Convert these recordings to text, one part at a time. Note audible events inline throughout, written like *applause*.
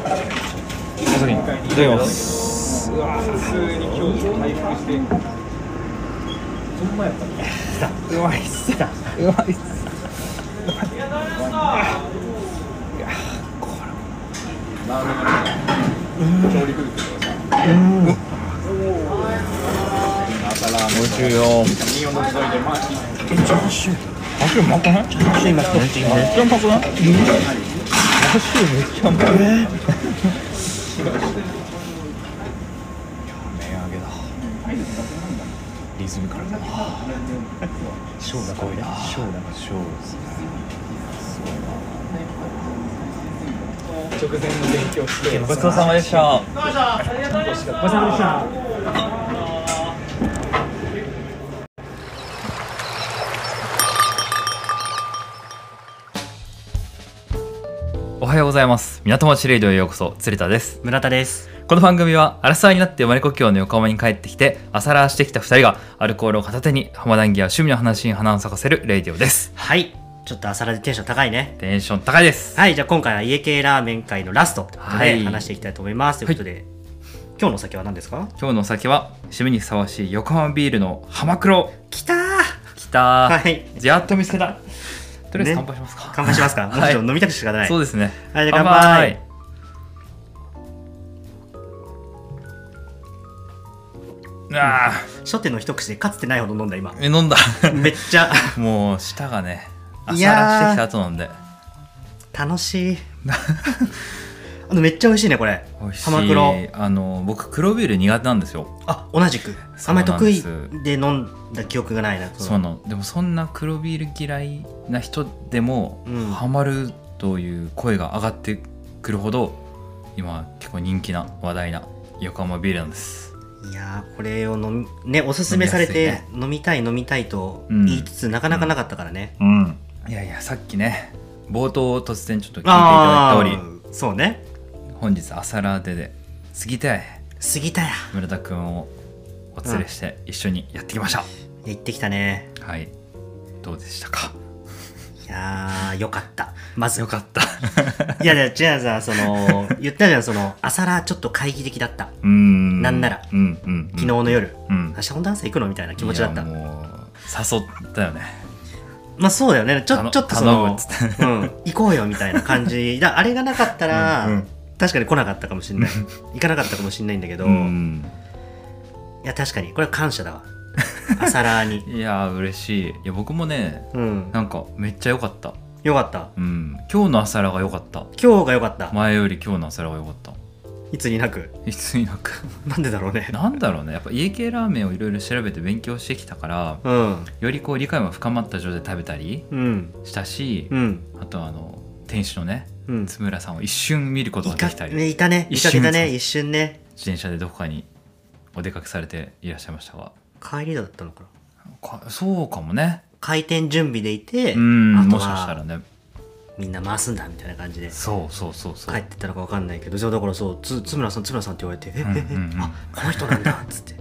朝日いただきますうわ普通に今日回復してうまいっすうまいっすラーメンが調理風景とかさうん美朝ラーメン味しいよ24度沿いでまあえ、チャーシューチャーシューうまくないチャーシュー今一つめっちゃうまくないチャーシューめっちゃうまくない麺揚げだリズミカルだなショーだからねショーだからショーですね直前の勉強してごちそうさまでしたおはようございます港町レイディオへようこそ鶴田です村田ですこの番組はアラサーになって生まれ故郷の横浜に帰ってきて朝ラーしてきた2人がアルコールを片手に浜談義や趣味の話に花を咲かせるレイディオですはいちょっと朝ラでテンション高いねテンション高いですはいじゃあ今回は家系ラーメン会のラストということで、はい話していきたいと思いますということで、今日のお酒は何ですか今日のお酒は締めにふさわしい横浜ビールの浜黒きたーきたー、はいやっと見つけたとりあえずね乾杯しますか、乾杯しますか、はいもちろん飲みたくて仕方ないそうですねはいじゃあ乾杯乾杯あ初手の一口でかつてないほど飲んだ今ーえ飲んだ *laughs* めっちゃもう舌がねい朝やーらしてきた後なんで楽しい *laughs* あのめっちゃ美味しいねこれ美味しい浜黒あの僕黒ビール苦手なんですよあ同じくそあうんなまんりです得意で飲んだ記憶がないなそうなのでもそんな黒ビール嫌いな人でも、うんハマるという声が上がってくるほど今結構人気な話題な横浜ビールなんですいやーこれを飲みねおすすめされ飲みやてす飲みたい飲みたいとうん言いつつ、なかなかなかったからね、うんいやいやさっきね冒頭突然ちょっと聞いていただいたおりーそうね本日朝ラーテで杉田屋へ杉田屋村田くんをお連れして一緒にやってきました、行ってきたねはいどうでしたかいやーよかったまずよかった *laughs* いやいや違うさその言ったじゃんその朝らちょっと懐疑的だったうんなんならうんうんうん、昨日の夜、うん明日本ダンス行くのみたいな気持ちだったいやもう誘ったよねまあそうだよねち頼むょちょっとその頼むっつっうん、行こうよみたいな感 *laughs* じだあれがなかったら、うんうん確かに来なかったかもしれない行かなかったかもしれないんだけど、うんいや確かにこれは感謝だわ朝ラーにいやー嬉しいいや僕もねうんなんかめっちゃ良かったよかったうん今日の朝ラが良かった今日がよかった、前より今日の朝ラが良かったいつになくいつになく *laughs* なんでだろうねなんだろうねやっぱ家系ラーメンをいろいろ調べて勉強してきたからうんよりこう理解も深まった状態で食べたりうんしたしう、んあとあの店主のねうん津村さんを一瞬見ることいがかできたりねいたね一い瞬たいたね見一瞬ね自転車でどこかにお出かけされていらっしゃいましたが帰りだったのかなかそうかもね開店準備でいてうんあともはしかしたらねみんな回すんだみたいな感じでそうそうそうそう、帰ってったのかわかんないけどそうだからそうつ津村さん津村さんって言われて「ええんうんえうんあこの人なんだ」っつってい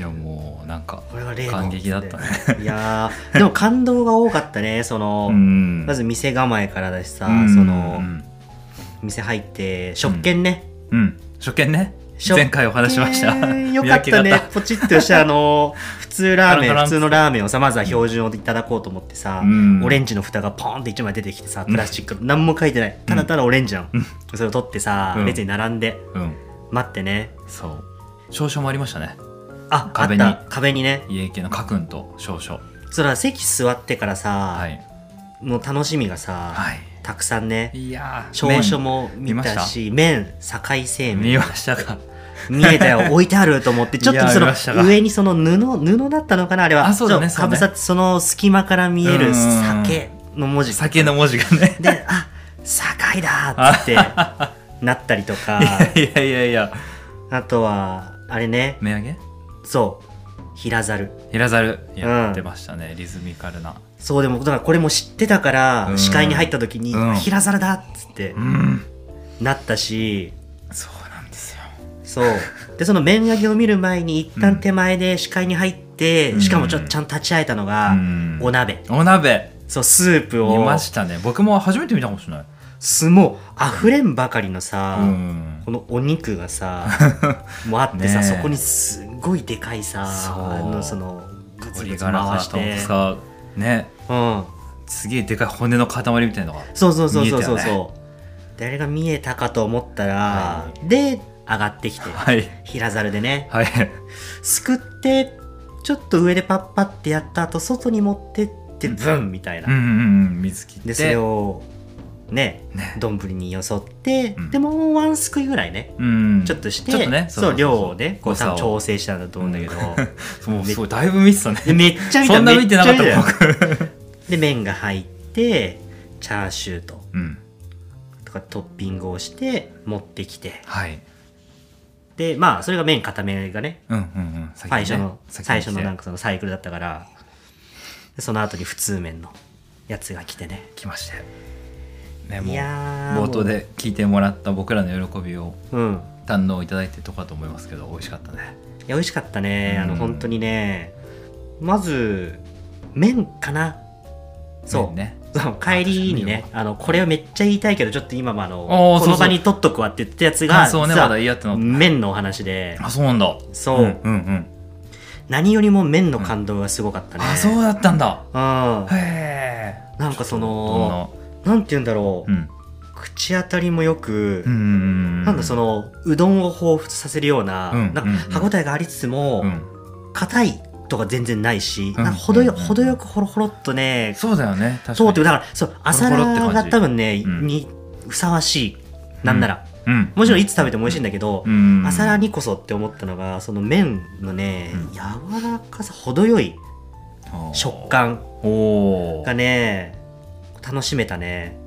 やもうなんかこれが例の感激だったねねいやーでも感動が多かったねその、うんまず店構えからだしさ、うんそのうん店入って食券ね、うん初見ね食券前回お話ししましたよかった見分けね方ポチッとして *laughs* あの普通ラーメカランカンラン普通のラーメンをさまずは標準をいただこうと思ってさ、うんオレンジの蓋がポーンって1枚出てきてさプラスチックの何も書いてないただただオレンジなの、それを取ってさ、うん列に並んでうん待ってねそう少々もありましたねあ壁にあった壁にね家系の家訓と少々それは席座ってからさ、はいもう楽しみがさ、はいたくさんねいやー少々も見たし麺堺製麺見麺ましたか見えたよ置いてあると思ってちょっいやとーそ見ましたのが上にその布布だったのかなあれはあそうだねちょっとそうねかぶさってその隙間から見えうんる酒の文字酒の文字がねであ堺だ *laughs* ーっつってなったりとかいやいやいやあとはあれね目上げそう平猿平猿やってましたね、リズミカルなそうでもだからこれも知ってたから、うん視界に入った時に、うん平猿だっつってうんなったしそうなんですよそうでその面上げを見る前に一旦手前で視界に入って、うんしかもちょっとちゃんと立ち会えたのが、うんお鍋お鍋そうスープを見ましたね僕も初めて見たかもしれないすもう溢れんばかりのさ、うんこのお肉 *laughs* がさもうあってねさ、えそこにすごいでかいさそうあのそのグツグ鶏ツガラ回がしさて、さねうん、すげえでかい骨の塊みたいなのがそうそうそうそ見うそうえたよそうであれが見えたかと思ったら、はで上がってきてはい平ざるでねはいすくってちょっと上でパッパってやった後外に持ってってブンみたいな、うんうんうん水切ってでそれをねね丼によそって、うんでもうワンすくいぐらいねうんちょっとして、ちょっとねそうそうそうそう量をねこう誤差を多分調整したんだと思うんだけど、 *laughs* もうすごいだいぶ見てたねでめっちゃ見た *laughs* そんな見てなかっめちゃた見よ僕で麺が入ってチャーシューとうんとかトッピングをして持ってきてはいでまあそれが麺固めがねうんうんうん先に最ね初の、先に来て最初のなんかそのサイクルだったからでその後に普通麺のやつが来てね来ましてねもいうやー冒頭で聞いてもらった僕らの喜びをもううん堪能いただいてるとこだと思いますけど美味しかったねいや美味しかったね、あうのん本当にねまず麺かなそ麺う、ねそう帰りにねあのこれをめっちゃ言いたいけどちょっと今もあのおーこそうのそう場に取っとくわって言ったやつが感想ね実はまだ言い合ってなかっ麺のお話でたあそうなんだそう、うんうんうん何よりも麺の感動がすごかったね、あそうだったんだうんへえなんかそのなんて言うんだろう、うん口当たりもよく、うんうんうんなんだそのうどんを彷彿させるような,、うんなんか歯うんごたえがありつつもうん硬、いとか全然ないし、うんなんか程ようん程よくほろほろっとねそうだよね確かに通ってくだからそう朝ほろほろって感じが多分ね、うんにふさわしいなんなら、うんもちろんいつ食べても美味しいんだけど、うん朝ラにこそって思ったのがその麺のね、うん柔らかさ程よい食感おがーね楽しめたね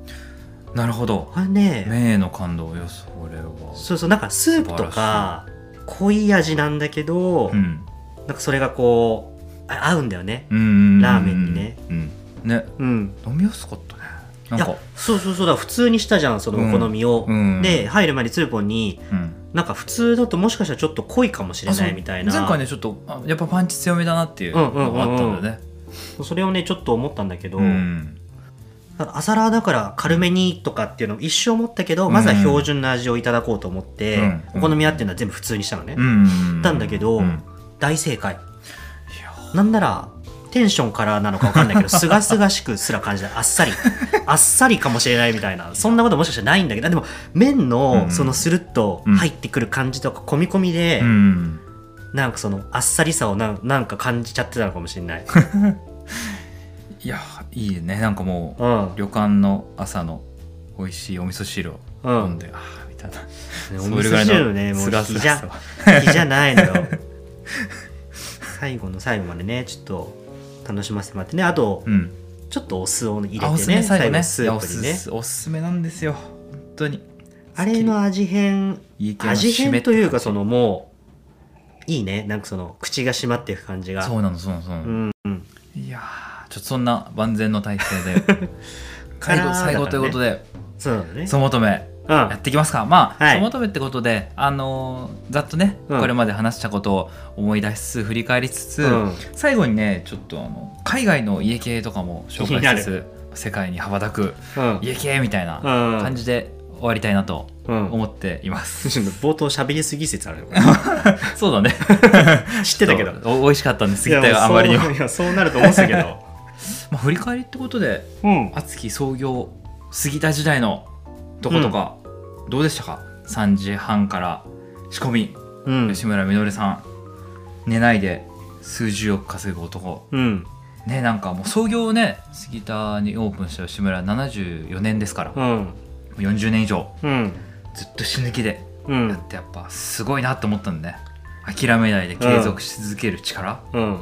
なるほどこれね名の感動よそれはそうそうなんかスープとか濃い味なんだけど、うんなんかそれがこうあ合うんだよねうんうんうんラーメンにねうんねうん飲みやすかったねなんいかやそうそうそうだから普通にしたじゃんそのお好みを、うんで入る前にツーポンにうんなんか普通だともしかしたらちょっと濃いかもしれあそなういみたいな前回ねちょっとあやっぱパンチ強めだなっていうのがあったんだよねそれをねちょっと思ったんだけど、うんだから朝ラーだから軽めにとかっていうのを一生思ったけど、まずは標準の味をいただこうと思って、うんお好み屋っていうのは全部普通にしたのね、うんうんたんだけど、うん大正解なんならテンションからなのか分かんない *laughs* けどすがすがしくすら感じたあっさりあっさりかもしれないみたいなそんなこともしかしたらないんだけどでも麺うのんそのスルッと入ってくる感じとか込み込みで、うんなんかそのあっさりさをなんなんか感じちゃってたのかもし *laughs* れない、いやいいねなんかもう、うん旅館の朝の美味しいお味噌汁を飲んで、ああみたいなねおそ味れぐら噌いの汁ね、もうすがすが火じしゃさ、火じゃないのよ。 *laughs* 最後の最後までね、ちょっと楽しませてもらってね、あと、うんちょっとお酢を入れあおすてすめね、最後ねスいやーおプすにね。すおすすめなんですよ本当にあれの味変、いい系の味締め変ってと感じいうか、そのもう、いいね、なんかその、口が閉まっていく感じが。そうなのそうなのそうなうの、んうん、いやーちょっとそんな万全の体制で *laughs* 最後最後ということで、そうだね。総求めうん、やっていきますかまあ、はい総求めってことであのーざっとね、うんこれまで話したことを思い出しつつ振り返りつつ、うん最後にねちょっとあの海外の家系とかも紹気にな介しつつる世界に羽ばたくうん、家系みたいなうん感じで終わりたいなとうん。思っています、冒頭喋りすぎ説あ *laughs* るよ。そう *laughs* だね知ってたけど。 *laughs* そうお美味しかったんですぎたいやよそうあまりにも、 *laughs* いや、そうなると思ってたけど。まあ、振り返りってことでうん。熱き創業杉田時代のとことか、どうでしたか3時半から仕込み、うん。吉村実さん寝ないで数十億稼ぐ男うん。ねなんかもう創業をね杉田にオープンした吉村は74年ですから、もうん。う40年以上うん。ずっと死ぬ気でうんやってやっぱすごいなと思ったんでね諦めないで継続し続ける力、うん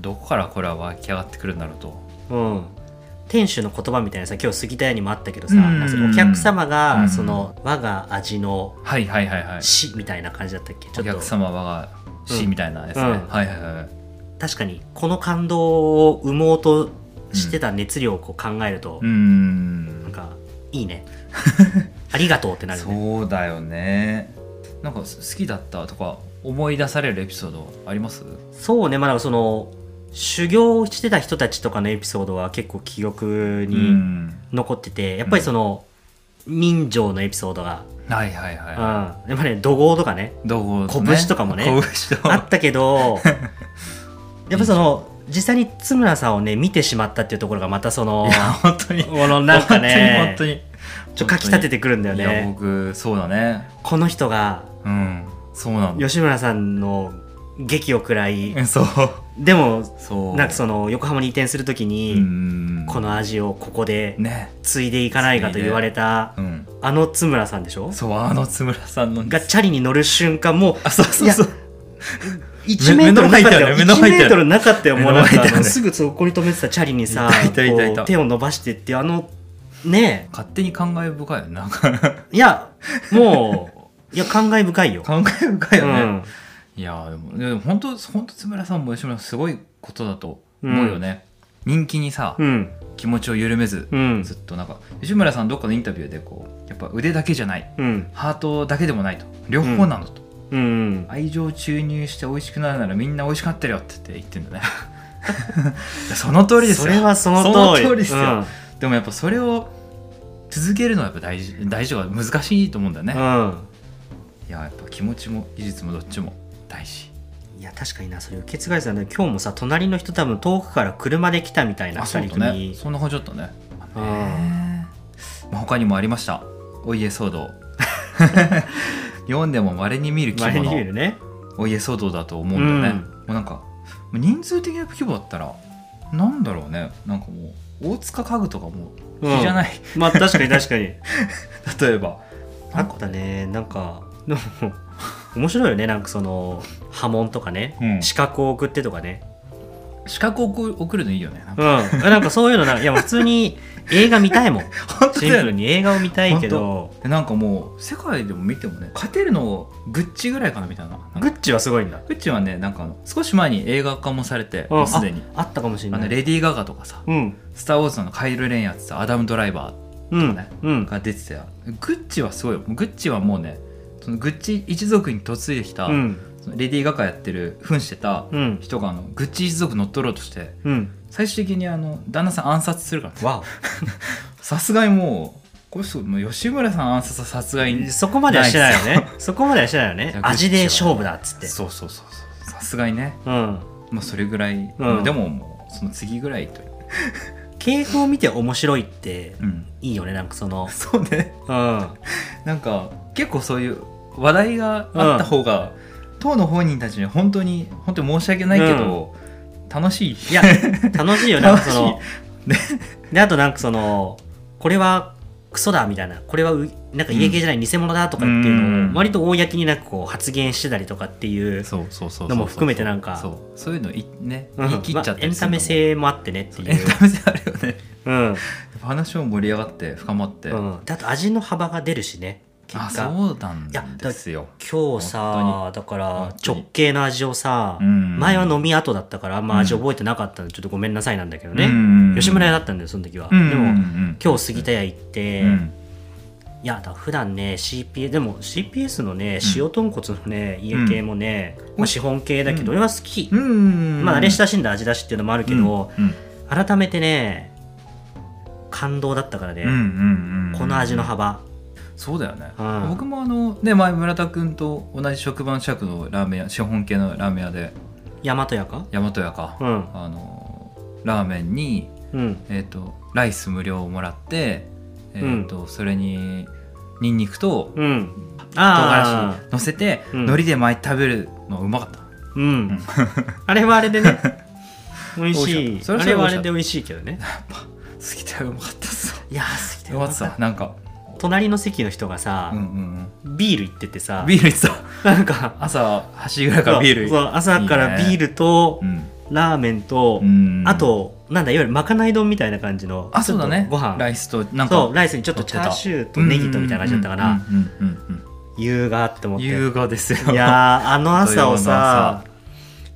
どこからこれは湧き上がってくるんだろうとうん店主の言葉みたいなさ今日杉田屋にもあったけどさ、うんなんかそのお客様が、うんその我が味のはいはいはいはい死みたいな感じだったっけちょおっと客様は死みたいなやつね、うんはいはいはい確かにこの感動を生もうとしてた熱量をこう考えると、うーなんんかいいね *laughs* ありがとうってなるねそうだよねなんか好きだったとか思い出されるエピソードありますそうねまあなんかその修行をしてた人たちとかのエピソードは結構記憶うにん残ってて、やっぱりその、人情のエピソードが、はいはいはい。うん、やっぱね怒号と *laughs* かねどこ、拳とかもね拳とあった *laughs* けどやっぱその実際に津村さんをね見てしまったっていうところがまたそのいや本当にこのなんかね本当にちょっとかき立ててくるんだよいやね僕そうだねこの人がうんそうなの吉村さんの劇を食らいえそうでもそうなんかその横浜に移転するときうにんこの味をここでね継いでいかないかと言われたうんあの津村さんでしょそうあの津村さんのがチャリに乗る瞬間もうあそうそうそう1メートルなかったよ目の1前だよね目の前だよねメートルなかったよもう目のなん前だかよねすぐそこに止めてたチャリにさいたいたいたいたこう手を伸ばしてってあのね勝手に感慨深いよねなんか *laughs* えいやもういや感慨深いよ、感慨深いようね、ん、いやでもでも本当本当津村さんも吉村さんすごいことだと思うよね、人気にさ、うん気持ちを緩めず、うんずっとなんか吉村さんどっかのインタビューでこうやっぱ腕だけじゃないうんハートだけでもないと両方なんだと、うん愛情注入して美味しくなるならみんな美味しくなってるよって言って言ってんだね *laughs* いやその通りですよそれはその通りそのですよ、うんでもやっぱそれを続けるのはやっぱ大事大事は難しいと思うんだよね、ういんややっぱ気持ちも技術もどっちも大事いや確かになそれ受け継がれてたんだけど今日もさ隣の人多分遠くから車で来たみたいなあそう2人だ組ねそんな感じだったねうんまあ、他にもありましたお家騒 *laughs* 動読んでも稀に見る規稀模にの見るねお家騒動だと思うんだよね、うんもうなんかもう人数的な規模だったらなんだろうねなんかもう大塚家具とかもううん比じゃない、 *laughs* まあ確かに確かに例えばあったねなんかでも面白いよねなんかその波紋とかね、うん資格を送ってとかね資格を送送るのいいよねなんうかんなんかそういうのなんかいやもう普通に映画見たいもん本当シンだプよルねに映画を見たいけどでなんかもう世界でも見てもね勝てるのグッチぐらいかなみたいななんかグッチはすごいんだグッチはねなんかあの少し前に映画化もされてうんもうすでにあったかもしれあなのいレディー・ガガとかさうん「スター・ウォーズ」のカイル・レンやってたアダム・ドライバうんうーんが出てたよグッチはすごいよグッチはもうねそのグッチ一族に嫁いできた、うんそのレディー・ガガやってる扮してたうん人があのグッチ一族乗っ取ろうとしてうん最終的にあの旦那さん暗殺するからねわさすがにもうこれすごいもう吉村さん暗殺は殺害におそこまではしてないよねそこまではしてないよねじゃあ味で勝負だっつってそうそうそうそうさすがにねうんまあそれぐらい、うんでももうその次ぐらいという、傾向を見て面白いってうん、いいよねなんかそのそうねうんなんか結構そういう話題があった方が、当の本人たちには本当に本当に申し訳ないけど、楽しいいや楽しいよなんかそのであとなんかそのこれはクソだみたいなこれはうなんか家系じゃない偽物だとかっていううのんを割と公になんかこう発言してたりとかっていう、そうそうそうそうのも含めてなんかそうそういうのいねうん言い切っちゃっまたあエンりすタるのもメ性もあってねってそういエンうタメ性あるよね *laughs* うん、うん、話も盛り上がって深まってであと味の幅が出るしね結あ果そうなんですよ今日さだから本当に直系の味をさ、うん前は飲み後だったからあんま味覚えてなかったのでちょっとごめんなさいなんだけどね、うん吉村屋だったんだよその時は、うんでうんうもん今日杉田屋行って、うんいやだから普段ね CPS でも CPS のね塩豚骨のね、家系もね、まあ、資本系だけど、うん俺は好き、うんうんうんまあ慣れ親しんだ味出しっていうのもあるけど、うん改めてね感動だったからね、うんうんうんうんこの味の幅そうだよね、うん僕もあのね前村田君と同じ職場の近くのラーメン屋資本系のラーメン屋で大和屋か大和屋か、うんあのラーメンに、うんえー、とライス無料をもらって、えーとそれにニンニクとうん唐辛ああ子乗せて、うん海苔で巻いて食べるのうまかったうん *laughs* あれはあれで *laughs* ね美味美し味しかいったそれあはそれれで美味しかったはあれで美味しいけ好どねきだようまかったっ *laughs* すいやー好きだよよかったなんか隣の席の人がうさん、うんビール行っててうさんビールいってたなんか朝8時ぐらいからビールそうそう朝からビールルとうんラーメンと、うんあとなんだいわゆるまかない丼みたいな感じのあそうだねちょっとご飯ライスとなんかそうライスにちょっとチャーシューとネギとみたいな感じだったかなうんうんうんうんうん優雅って思っていや優雅ですよーあ *laughs* の朝をさ土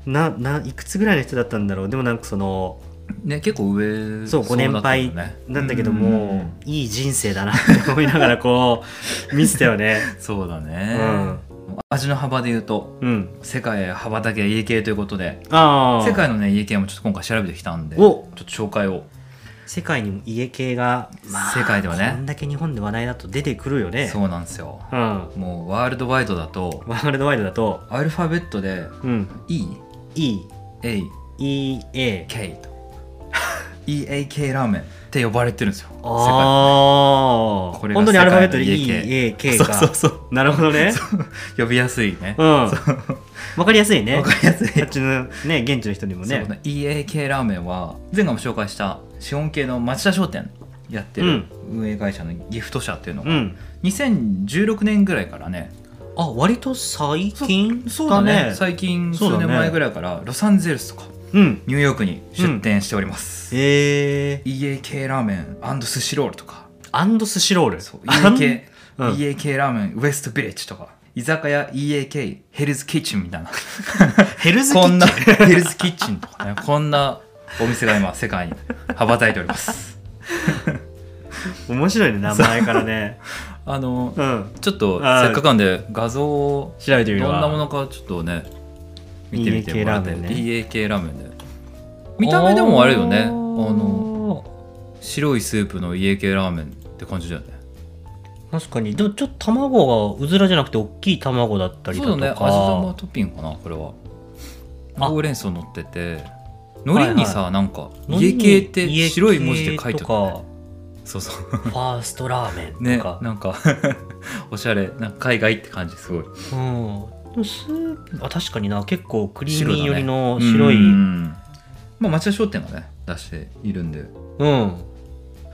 なないくつぐらいの人だったんだろうでもなんかそのね結構上そうご年配そうだったよねなんだけどうんうも、んいい人生だなって思いながらこ *laughs* う見てたよねそうだうねん、味の幅で言うとうん、世界へ羽ばたけ家系ということでああ世界のね家系もちょっと今回調べてきたんでちょおっと紹介を世界にも家系が、まあ、世界ではねこんだけ日本で話題だと出てくるよねそうなんですようん、ワもうワールドワイドだとールドワイドだと、アルファベットでうん、E、 EAK E、A と EAK ラーメンって呼ばれてるんですよ世界ああこれが本当にアルファベットで世 E、界の A、K そかうそうそうなるほどね呼びやすいねうんわかりやすいねわかりやすいあっちのね現地の人にもそうねね EAK ラーメンは前回も紹介した資本系の町田商店やってうるん運営会社のギフト社っていうのうがん2016年ぐらいからねあ割と最近最近そう数だね年前ぐらいからロサンゼルスとかうんニューヨークに出店しております、えー EAK ラーメン寿司ロールとかアンドスシロールそうあん EAK,、うん EAK ラーメンウエストビレッジとか居酒屋 EAK ヘルズキッチンみたいなヘルズキッこチンんなヘルズキッチンとかねこんなお店が今世界に羽ばたいております *laughs* 面白いね名前からねあのうんちょっとあーせっかくなんで画像を調べてどみんるわなものかちょっとね見てみて EAK もらってラーメンね EAK ラーメンで見た目でもあれよねあおのー白いスープの EAK ラーメンって感じだよね確かにでもちょっと卵がうずらじゃなくて大きい卵だったりだそうとだかね味玉トッピングかなこれはあほうれん草乗ってて海苔にさ、なんか海家苔系にって白い文字で書いて家系とある、かね、そうそうファーストラーメンとか、ねなんか *laughs* おしゃれなんか海外って感じすごいうん、でもスープあ確かにな結構クリーミー寄りの白白だねい、うんまあ町田商店がね出しているんでうん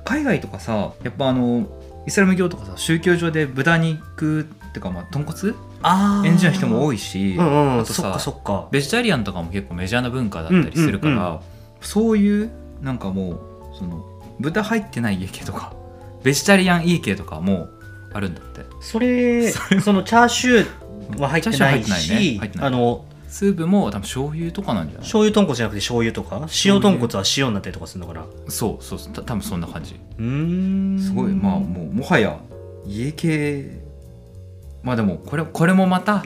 海外とかさやっぱあのイスラム教とかさ宗教上で豚肉ってかまあ豚骨あ演じる人もい多いし、うんうあんとそっさかそ *laughs* っかベジタリアンとかも結構メジャーな文化だったりするから、うんうんそういうなんかもうその豚入ってない家系とか *laughs* ベジタリアン家系とかもあるんだってそれそのチャーシューは入ってないチャーシューは入ってないねし入ってないあのスープも多分醤油とかなんじゃない醤油豚骨じゃなくて醤油とか塩豚骨は塩になったりとかするのかなそうそうそうた多分そんな感じうーんすごいまあもうもはや家系まあでもこれこれもまた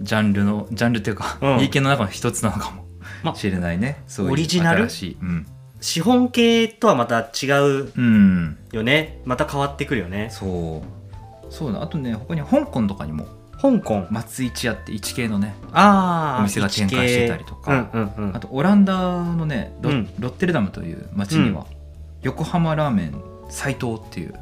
ジャンルのジャンルっていうか、うん家系の中の一つなのかもまあしれないねそういうオリジナ新ルしいうん、資本系とはまた違ううん、よねまた変わってくるよねそうそうだあとね他に香港とかにも香港松一屋って一系のねああお店が展開してたりとかうんうんうんあとオランダのねロ,、うんロッテルダムという町には、横浜ラーメン斎藤っていう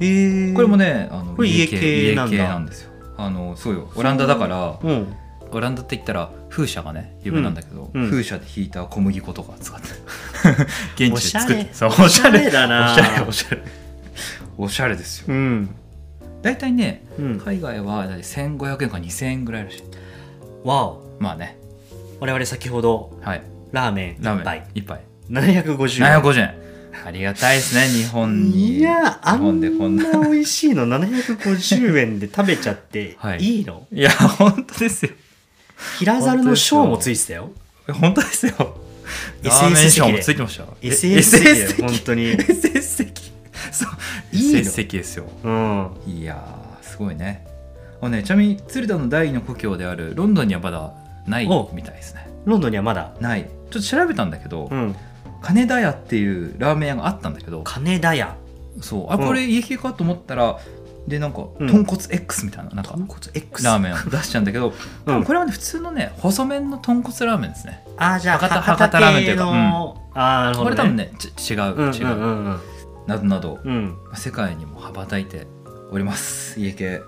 へえこれもねあのこれ家系家なんだ家系なんですよあのそうよオランダだからうんオランダって言ったら風車がね有名なんだけど、うんうん風車で引いた小麦粉とか使って *laughs* 現地で作っおてしそうおしゃれおしゃれだ *laughs* なおしゃれおしゃれおしゃれですようん大体ねうん海外は大体1500円か2000円ぐらいらしいわおまあね我々先ほどはいラーメンラ一ーメン杯一杯750円750円ありがたいですね日本にいやあ日本んでなこんない美味しいの750円で食べちゃってはいいいのや本当ですよ平猿のショーもついてたよ本当ですよラ SS ーメンショーもつい席てましたよで SS 席で本本当に SS 席そういいの SS 席ですようんいやーすごいねあねちなみに鶴田の第二の故郷であるロンドンにはまだないおみたいですねロンドンにはまだないちょっと調べたんだけど、うん金田屋っていうラーメン屋があったんだけど金田屋そうあうんこれ家系かと思ったら、でなんかうん豚骨 X みたいななんか、豚骨 X ラーメンを出しちゃうんだけど、多分うんこれはね普通のね細麺の豚骨ラーメンですねあーじゃあ博博多多博多ラーメンとい系うかのあーなるほこれどね多分ねち違ううん違うう、んうんうんなどなどうん世界にも羽ばたいております家系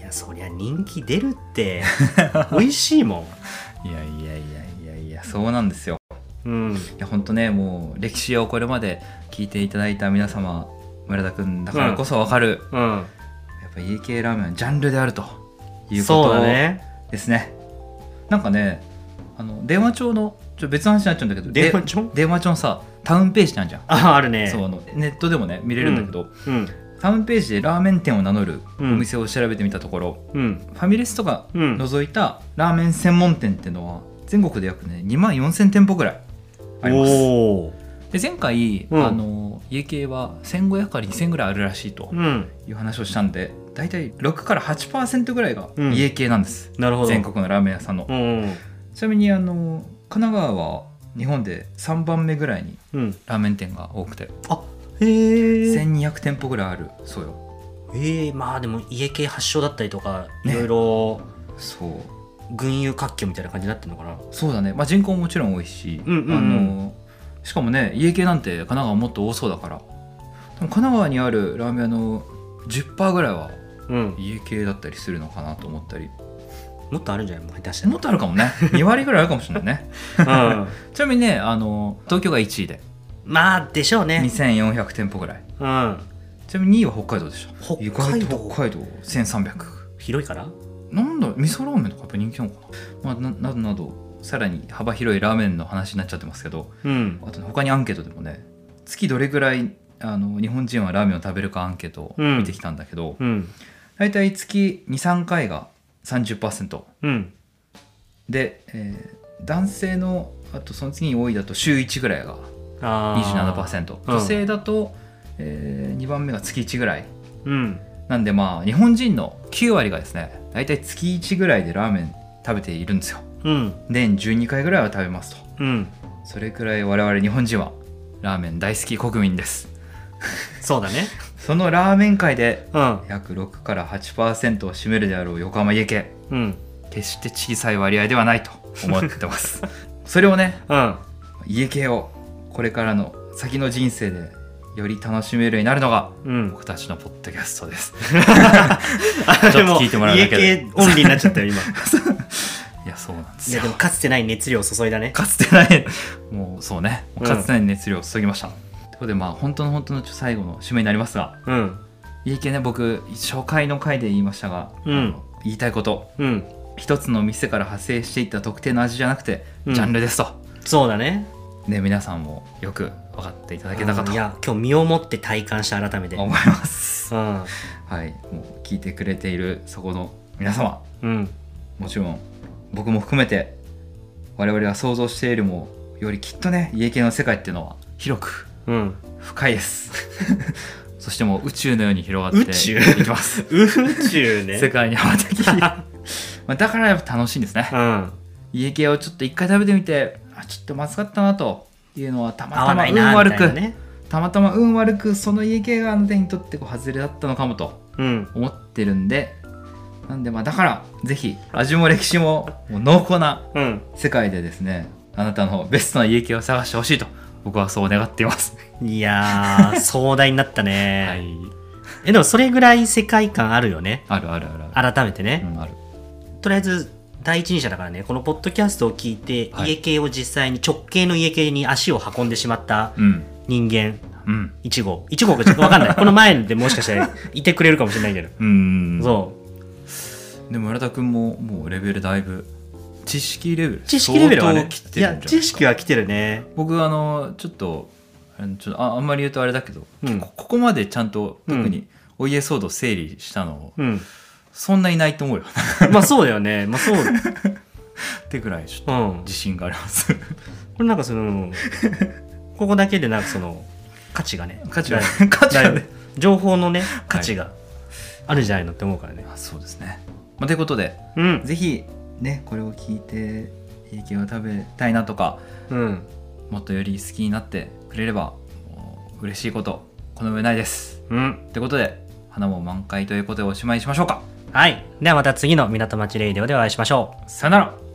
いやそりゃ人気出るって *laughs* 美味しいもいやいやいやいやいやそうなんですよんうんいや本当ねもう歴史をこれまで聞いていただいた皆様村田君だからこそ分かる、うんやっぱ家系ラーメンはジャンルであるというこそうとだねですねなんかねあの電話帳のちょ別の話になっちゃうんだけど電で話帳電話帳のさタウンページってあるじゃん、 *laughs* ああるねそうあのネットでもね見れるんだけど、うんタウンページでラーメン店を名乗るおうん店を調べてみたところ、うんファミレスとかうん除いたラーメン専門店っていうのは全国で約ね2万4000店舗ぐらいありますおおで前回、うんあの家系は1500から2000ぐらいあるらしいとうんいう話をしたんで大体6から8%ぐらいがうん家系なんです、なるほど全国のラーメン屋さんのうんうんちなみにあの神奈川は日本で3番目ぐらいにうんラーメン店が多くてあへえ1200店舗ぐらいあるそうよええまあでも家系発祥だったりとかいねろいろそう群雄割拠みたいな感じになってるのかなそうだね、まあ、人口ももちろん多いし、うんうんうんあのしかもね家系なんて神奈川もっと多そうだからでも神奈川にあるラーメン屋の10%ぐらいはうん家系だったりするのかなと思ったりもっとあるんじゃないもう出してもっとあるかも *laughs* ね2割ぐらいあるかもしれないねうんちなみにねあの東京が1位で *laughs* まあでしょうね2400店舗ぐらいうんちなみに2位は北海道でした北海道意外と北海道1300広いからなんだろう味噌ラーメンとかやっぱ人気なのかな、まあ、ななどなどさらに幅広いラーメンの話になっちゃってますけどうんあとね他にアンケートでもね月どれぐらいあの日本人はラーメンを食べるかアンケートを見てきたんだけど、うん大体月23回が30%うんで、えー男性のあとその次に多いだと週1ぐらいがあー27%うん女性だと、え2番目が月1ぐらいうんなんでまあ日本人の9割がですね大体月1ぐらいでラーメン食べているんですようん年12回ぐらいは食べますとうんそれくらい我々日本人はラーメン大好き国民ですそうだねそのラーメン界でうん約6から8%を占めるであろう横浜家系うん決して小さい割合ではないと思ってます *laughs* それをねうん家系をこれからの先の人生でより楽しめるようになるのがうん僕たちのポッドキャストですあちょっと聞いてもらうだけででも家系オンリーになっちゃったよ今いやそうなんでいすやよでもかつてない熱量を注いだねかつてないもうそうねかつてない熱量を注ぎました、ということでまあ本当の本当の最後の締めになりますがうん家系ね僕初回の回で言いましたが、うんあの言いたいことうん一つの店から派生していった特定の味じゃなくて、うんジャンルですとそうだねね、皆さんもよく分かっていただけたかといや今日身をもって体感した改めて思います。うんはい、もう聞いてくれているそこの皆様、うんもちろん僕も含めて我々が想像しているよりもよりきっとね家系の世界っていうのは広くうん深いです。 *laughs* そしてもう宇宙のように広がって宇宙いきます。 *laughs* 宇宙ね世界に羽ばたき。 *laughs* まあだからやっぱ楽しいんですね。うん家系をちょっと一回食べてみて、あちょっとまずかったなというのはたま合わたまない運なみ悪たいなく。ねたまたま運悪くその家系があの手にとってこう外れだったのかもとうん思ってるんでなんでまあだからぜひ味も歴史ももう濃厚なうん世界でですねあなたのベストな家系を探してほしいと僕はそう願っています、いやー壮大になったね、はい、えでもそれぐらい世界観あるよね *laughs* あるあるあるある改めてね、うんあるとりあえず第一人者だからねこのポッドキャストを聞いて、はい家系を実際に直系の家系に足を運んでしまったうん人間うん1号1号かちょっと分かんないこの前でもしかしていてくれるかもしれないけど、うんそでも村田君ももうレベルだいぶ知識レベルう知識レベルは相ね当きいてるんじゃなやいですか知識は来てるね僕あのちょっとあのちょっとああんまり言うとあれだけど、うんこここまでちゃんとうん特にお家騒動整理したの、うんそんないないと思うよまあそうだよねまあそううってぐらいちょっとん自信があります *laughs* これなんかそのここだけでなんかその価値がね価値がだい価値がねだいぶ情報のね価値があるんじゃないのって思うからね、あそうですね、 *laughs* まあ、ということでうんぜひねこれを聞いて家系を食べたいなとかうんもっとより好きになってくれればもう嬉しいことこの上ないですうんということで花も満開ということでおしまいにしましょうかはいではまた次の港町レイディオでお会いしましょうさよなら